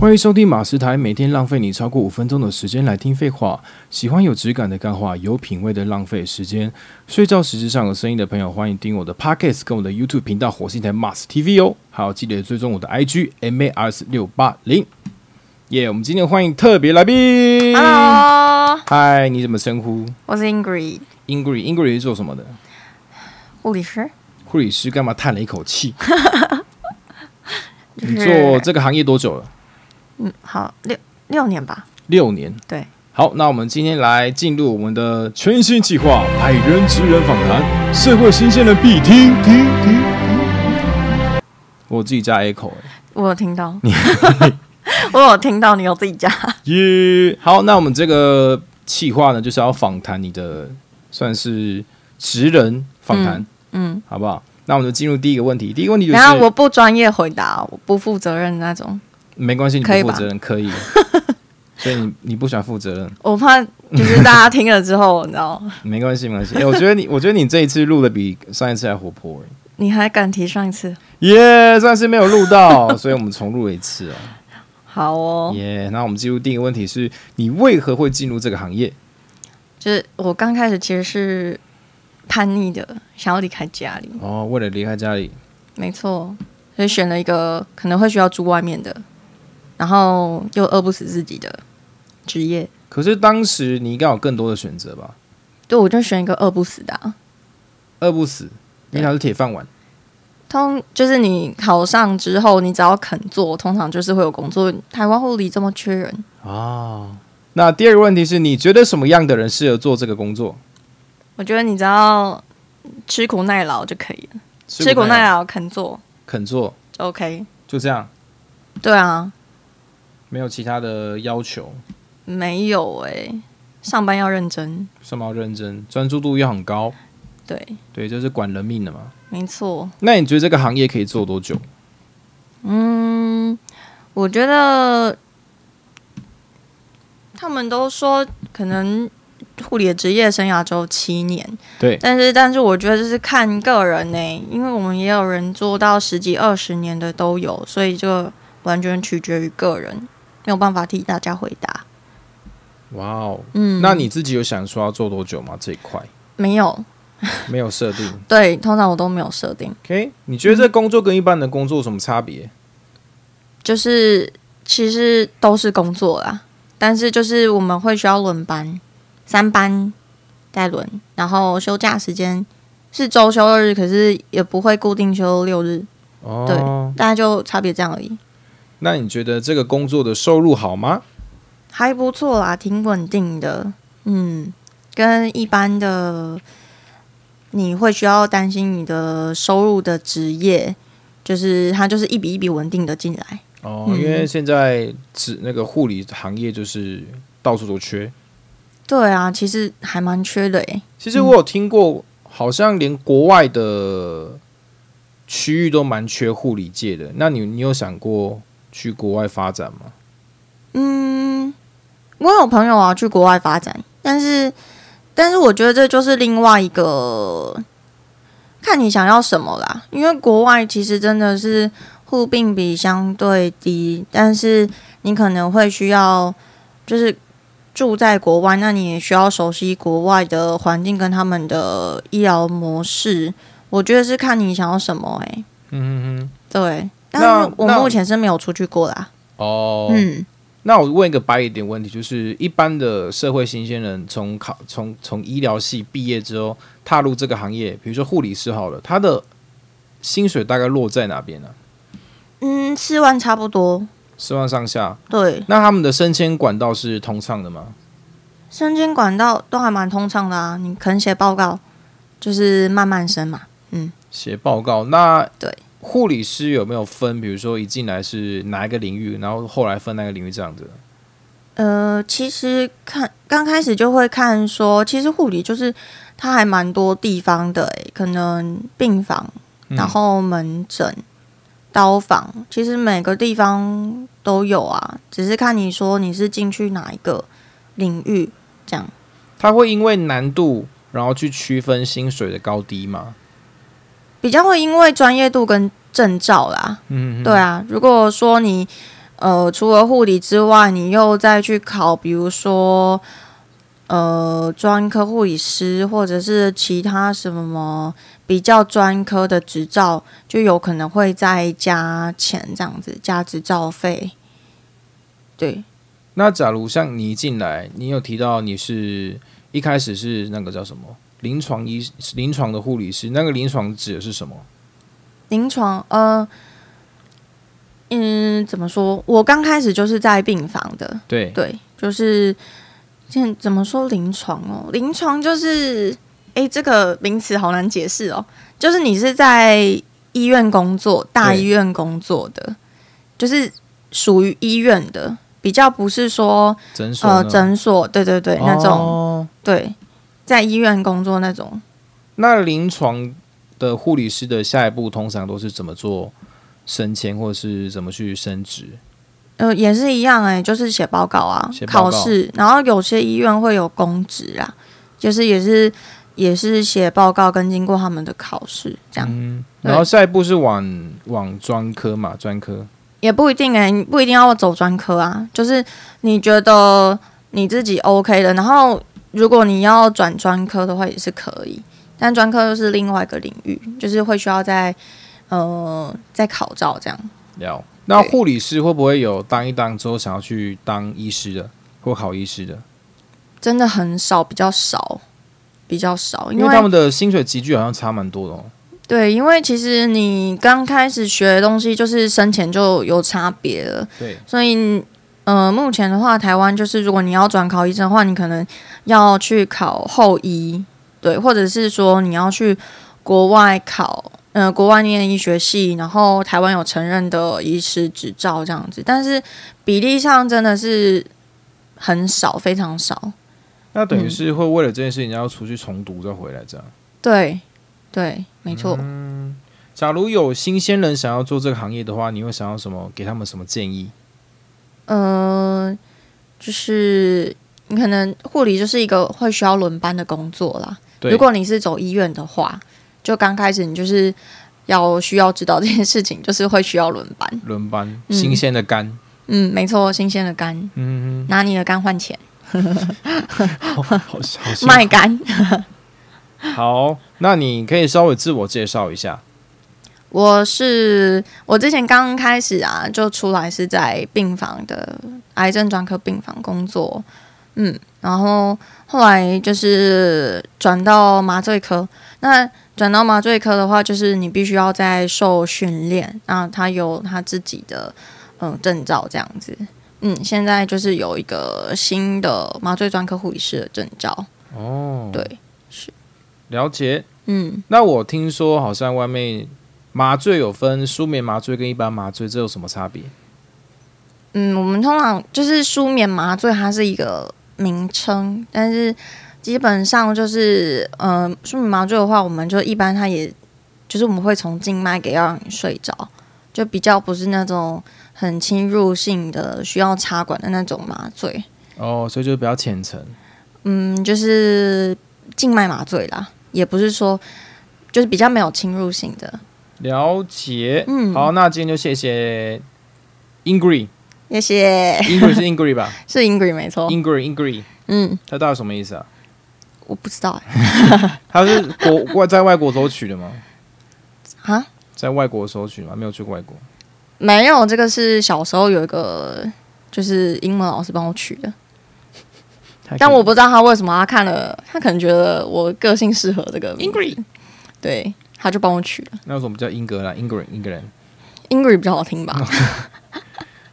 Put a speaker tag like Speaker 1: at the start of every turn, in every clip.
Speaker 1: 欢迎收听马斯台，每天浪费你超过五分钟的时间来听废话。喜欢有质感的干话，有品味的浪费时间。睡觉时至上有声音的朋友，欢迎订阅我的 Podcast 跟我的 YouTube 频道火星台 Mars TV 哦。还有记得追踪我的 IG MARS 六八零。耶、我们今天欢迎特别来宾。
Speaker 2: Hello，
Speaker 1: 嗨，你怎么称呼
Speaker 2: 嗯我是 Ingrid，
Speaker 1: ？Ingrid，Ingrid 是做什么的？
Speaker 2: 物理师。
Speaker 1: 护理师干嘛叹了一口气？
Speaker 2: 就
Speaker 1: 你
Speaker 2: 是
Speaker 1: 做这个行业多久了？
Speaker 2: 嗯，好六六年吧，
Speaker 1: 六年。
Speaker 2: 对，
Speaker 1: 好，那我们今天来进入我们的全新计划——百人职人访谈，社会新鲜人必听听听。我自己加 echo 哎
Speaker 2: 我有听到， 我有听到你有自己加，
Speaker 1: 耶！好，那我们这个计划呢，就是要访谈你的算是职人访谈，
Speaker 2: 嗯，
Speaker 1: 好不好？那我们就进入第一个问题。第一个问题就
Speaker 2: 然后我
Speaker 1: 是，
Speaker 2: 不专业回答，我不负责任那种，
Speaker 1: 没关系，你不
Speaker 2: 可以吧
Speaker 1: 负责任可 以，所以你你不想负责任，
Speaker 2: 我怕就是大家听了之后，你知 道，
Speaker 1: 没关系没关系。哎、我觉得你，我觉得你这一次录的比上一次还活泼、哎。
Speaker 2: 你还敢提上一次？
Speaker 1: 耶，上次没有录到， 所以我们重录了一次哦。
Speaker 2: 好哦
Speaker 1: 耶，那我们进入第一个问题是：你为何会进入这个行业？
Speaker 2: 就是我刚开始其实是叛逆的，想要离开家里，
Speaker 1: 哦，为了离开家里，
Speaker 2: 没错，所以选了一个可能会需要住外面的，然后又饿不死自己的职业。
Speaker 1: 可是当时你应该有更多的选择吧？
Speaker 2: 对，我就选一个饿不死的、啊。
Speaker 1: 饿不死，因为
Speaker 2: 对
Speaker 1: 它是铁饭碗。
Speaker 2: 通就是你考上之后，你只要肯做，通常就是会有工作。台湾护理这么缺人，
Speaker 1: 哦，那第二个问题是你觉得什么样的人适合做这个工作？
Speaker 2: 我觉得你只要吃苦耐劳就可以了，吃苦
Speaker 1: 苦
Speaker 2: 耐
Speaker 1: 劳，
Speaker 2: 劳肯做
Speaker 1: 肯做，
Speaker 2: 就 OK。
Speaker 1: 就这样，
Speaker 2: 对啊，
Speaker 1: 没有其他的要求，
Speaker 2: 没有哎、上班要认真，
Speaker 1: 什么要认真，专注度要很高。
Speaker 2: 对，
Speaker 1: 对，就是管人命的嘛。
Speaker 2: 没错。
Speaker 1: 那你觉得这个行业可以做多久？
Speaker 2: 嗯，我觉得他们都说可能护理的职业生涯只有七年，
Speaker 1: 对，
Speaker 2: 但是但是我觉得这是看个人呢、因为我们也有人做到十几二十年的都有，所以这个完全取决于个人，没有办法替大家回答。
Speaker 1: 哇哦，
Speaker 2: 嗯，
Speaker 1: 那你自己有想说要做多久吗？这一块？
Speaker 2: 没有？
Speaker 1: 没有设定。
Speaker 2: 对，通常我都没有设定，
Speaker 1: OK，你觉得这工作跟一般的工作有什么差别？
Speaker 2: 就是其实都是工作啦，但是就是我们会需要轮班，三班再轮，然后休假时间是周休二日，可是也不会固定休六日，
Speaker 1: 哦，
Speaker 2: 大概就差别这样而已。
Speaker 1: 那你觉得这个工作的收入好吗？
Speaker 2: 还不错啦，挺稳定的。嗯，跟一般的你会需要担心你的收入的职业，就是它就是一笔一笔稳定的进来。
Speaker 1: 哦，
Speaker 2: 嗯
Speaker 1: 因为现在只那个护理行业就是到处都缺。
Speaker 2: 对啊，其实还蛮缺的欸诶。
Speaker 1: 其实我有听过，好像连国外的区域都蛮缺护理界的。那你你有想过去国外发展吗？
Speaker 2: 嗯，我有朋友啊去国外发展，但是但是我觉得这就是另外一个看你想要什么啦，因为国外其实真的是护病比相对低，但是你可能会需要就是住在国外，那你也需要熟悉国外的环境跟他们的医疗模式，我觉得是看你想要什么诶、欸
Speaker 1: 嗯哼哼。
Speaker 2: 对，
Speaker 1: 那
Speaker 2: 但是我
Speaker 1: 那
Speaker 2: 目前是没有出去过啦，
Speaker 1: 哦，
Speaker 2: 嗯。
Speaker 1: 那我问一个白一点问题，就是一般的社会新鲜人从考从从医疗系毕业之后踏入这个行业，比如说护理师好了，他的薪水大概落在哪边呢、
Speaker 2: 嗯，四万差不多。
Speaker 1: 十万上下。
Speaker 2: 对，
Speaker 1: 那他们的升迁管道是通畅的吗？
Speaker 2: 升迁管道都还蛮通畅的啊，你肯写报告，就是慢慢升嘛。
Speaker 1: 写报告那
Speaker 2: 对
Speaker 1: 护理师有没有分？比如说一进来是哪一个领域，然后后来分那个领域这样子？
Speaker 2: 呃，其实看刚开始就会看说，其实护理就是它还蛮多地方的、欸，可能病房，
Speaker 1: 嗯
Speaker 2: 然后门诊、刀房，其实每个地方都有啊，只是看你说你是进去哪一个领域这样。
Speaker 1: 他会因为难度然后去区分薪水的高低吗？
Speaker 2: 比较会因为专业度跟证照啦，
Speaker 1: 嗯，
Speaker 2: 对啊，如果说你呃，除了护理之外，你又再去考，比如说呃专科护理师，或者是其他什么比较专科的执照，就有可能会再加钱这样子，加执照费。对，
Speaker 1: 那假如像你一进来，你有提到你是一开始是那个叫什么临床医临床的护理师，那个临床指的是什么？
Speaker 2: 临床呃。嗯，怎么说？我刚开始就是在病房的，
Speaker 1: 对，
Speaker 2: 对，就是现在怎么说临床哦，临床就是诶，这个名词好难解释哦，就是你是在医院工作，大
Speaker 1: 对
Speaker 2: 医院工作的，就是属于医院的，比较不是说
Speaker 1: 诊所
Speaker 2: 呃
Speaker 1: 呢
Speaker 2: 诊所，对对对，那种
Speaker 1: 哦
Speaker 2: 对，在医院工作那种。
Speaker 1: 那临床的护理师的下一步通常都是怎么做升迁，或者是怎么去升职？
Speaker 2: 呃，也是一样哎、就是写报告啊，
Speaker 1: 写报告
Speaker 2: 考试，然后有些医院会有公职啊，就是也是也是写报告跟经过他们的考试这样，
Speaker 1: 嗯，
Speaker 2: 对
Speaker 1: 然后下一步是往往专科嘛，专科。
Speaker 2: 也不一定哎、你不一定要走专科啊，就是你觉得你自己 OK 的，然后如果你要转专科的话也是可以，但专科又是另外一个领域，就是会需要在呃在考照这样。
Speaker 1: 了。那护理师会不会有当一当之后想要去当医师的，或考医师的？
Speaker 2: 真的很少，比较少，比较少，
Speaker 1: 因
Speaker 2: 为
Speaker 1: 为他们的薪水集聚好像差蛮多的哦。
Speaker 2: 对，因为其实你刚开始学的东西，就是生前就有差别了，
Speaker 1: 对，
Speaker 2: 所以呃，目前的话，台湾就是如果你要转考医生的话，你可能要去考后医，对，或者是说你要去国外考，呃，国外念医学系，然后台湾有承认的医师执照这样子，但是比例上真的是很少，非常少，
Speaker 1: 那等于是会为了这件事情要出去重读再回来这样。
Speaker 2: 对，对，没错。
Speaker 1: 假如有新鲜人想要做这个行业的话，你会想要什么？给他们什么建议？
Speaker 2: 呃，就是你可能护理就是一个会需要轮班的工作啦。
Speaker 1: 对
Speaker 2: 如，果你是走医院的话，就刚开始你就是要需要知道这件事情，就是会需要轮班。
Speaker 1: 轮班，
Speaker 2: 嗯
Speaker 1: 新鲜的肝。
Speaker 2: 嗯，没错，新鲜的肝，
Speaker 1: 嗯，
Speaker 2: 拿你的肝换钱，
Speaker 1: 好
Speaker 2: 啊
Speaker 1: 好好辛苦
Speaker 2: 卖肝。
Speaker 1: 好，那你可以稍微自我介绍一下。
Speaker 2: 我是我之前刚开始啊，就出来是在病房的癌症专科病房工作，嗯，然后后来就是转到麻醉科。那转到麻醉科的话，就是你必须要在受训练，那他有他自己的嗯证照这样子。嗯，现在就是有一个新的麻醉专科护理师的证照，
Speaker 1: 哦，
Speaker 2: 对，
Speaker 1: 了解。
Speaker 2: 嗯。
Speaker 1: 那我听说好像外面麻醉有分舒眠麻醉跟一般麻醉，这有什么差别？
Speaker 2: 嗯，我们通常就是舒眠麻醉，它是一个名称，但是基本上就是，嗯、呃，舒眠麻醉的话，我们就一般它也就是我们会从静脉给药让你睡着，就比较不是那种很侵入性的需要插管的那种麻醉，
Speaker 1: 哦，所以就比较浅层。
Speaker 2: 嗯，就是静脉麻醉啦，也不是说就是比较没有侵入性的，
Speaker 1: 了解。
Speaker 2: 嗯
Speaker 1: 好，那今天就谢谢 Ingrid，Ingrid
Speaker 2: 谢谢，
Speaker 1: 是 Ingrid 吧
Speaker 2: 是 Ingrid 没错，
Speaker 1: ？Ingrid，Ingrid，
Speaker 2: 嗯，
Speaker 1: 它到底什么意思啊？
Speaker 2: 我不知道哎、
Speaker 1: 它是国外在外国收取的吗？
Speaker 2: 欸，啊。
Speaker 1: 在外国收取吗？没有去过外国。
Speaker 2: 没有，这个是小时候有一个就是英文老师帮我取的，但我不知道他为什么他看了，他可能觉得我个性适合这个名字
Speaker 1: Ingrid
Speaker 2: 对，他就帮我取了
Speaker 1: 那为什么叫英格兰？Ingrid，英格兰。
Speaker 2: Ingrid 比较好听吧。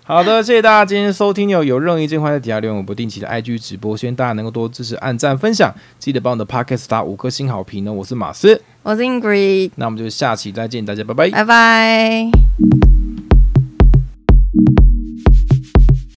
Speaker 1: 好的，谢谢大家今天收听哦。有任何意见，欢迎在底下留言。我不定期的 IG 直播，希望大家能够多支持、按赞、分享，记得帮我的 Podcast 打五颗星好评哦。我是马斯，
Speaker 2: 我是 Ingrid，
Speaker 1: 那我们就下期再见，大家拜拜。
Speaker 2: 拜拜。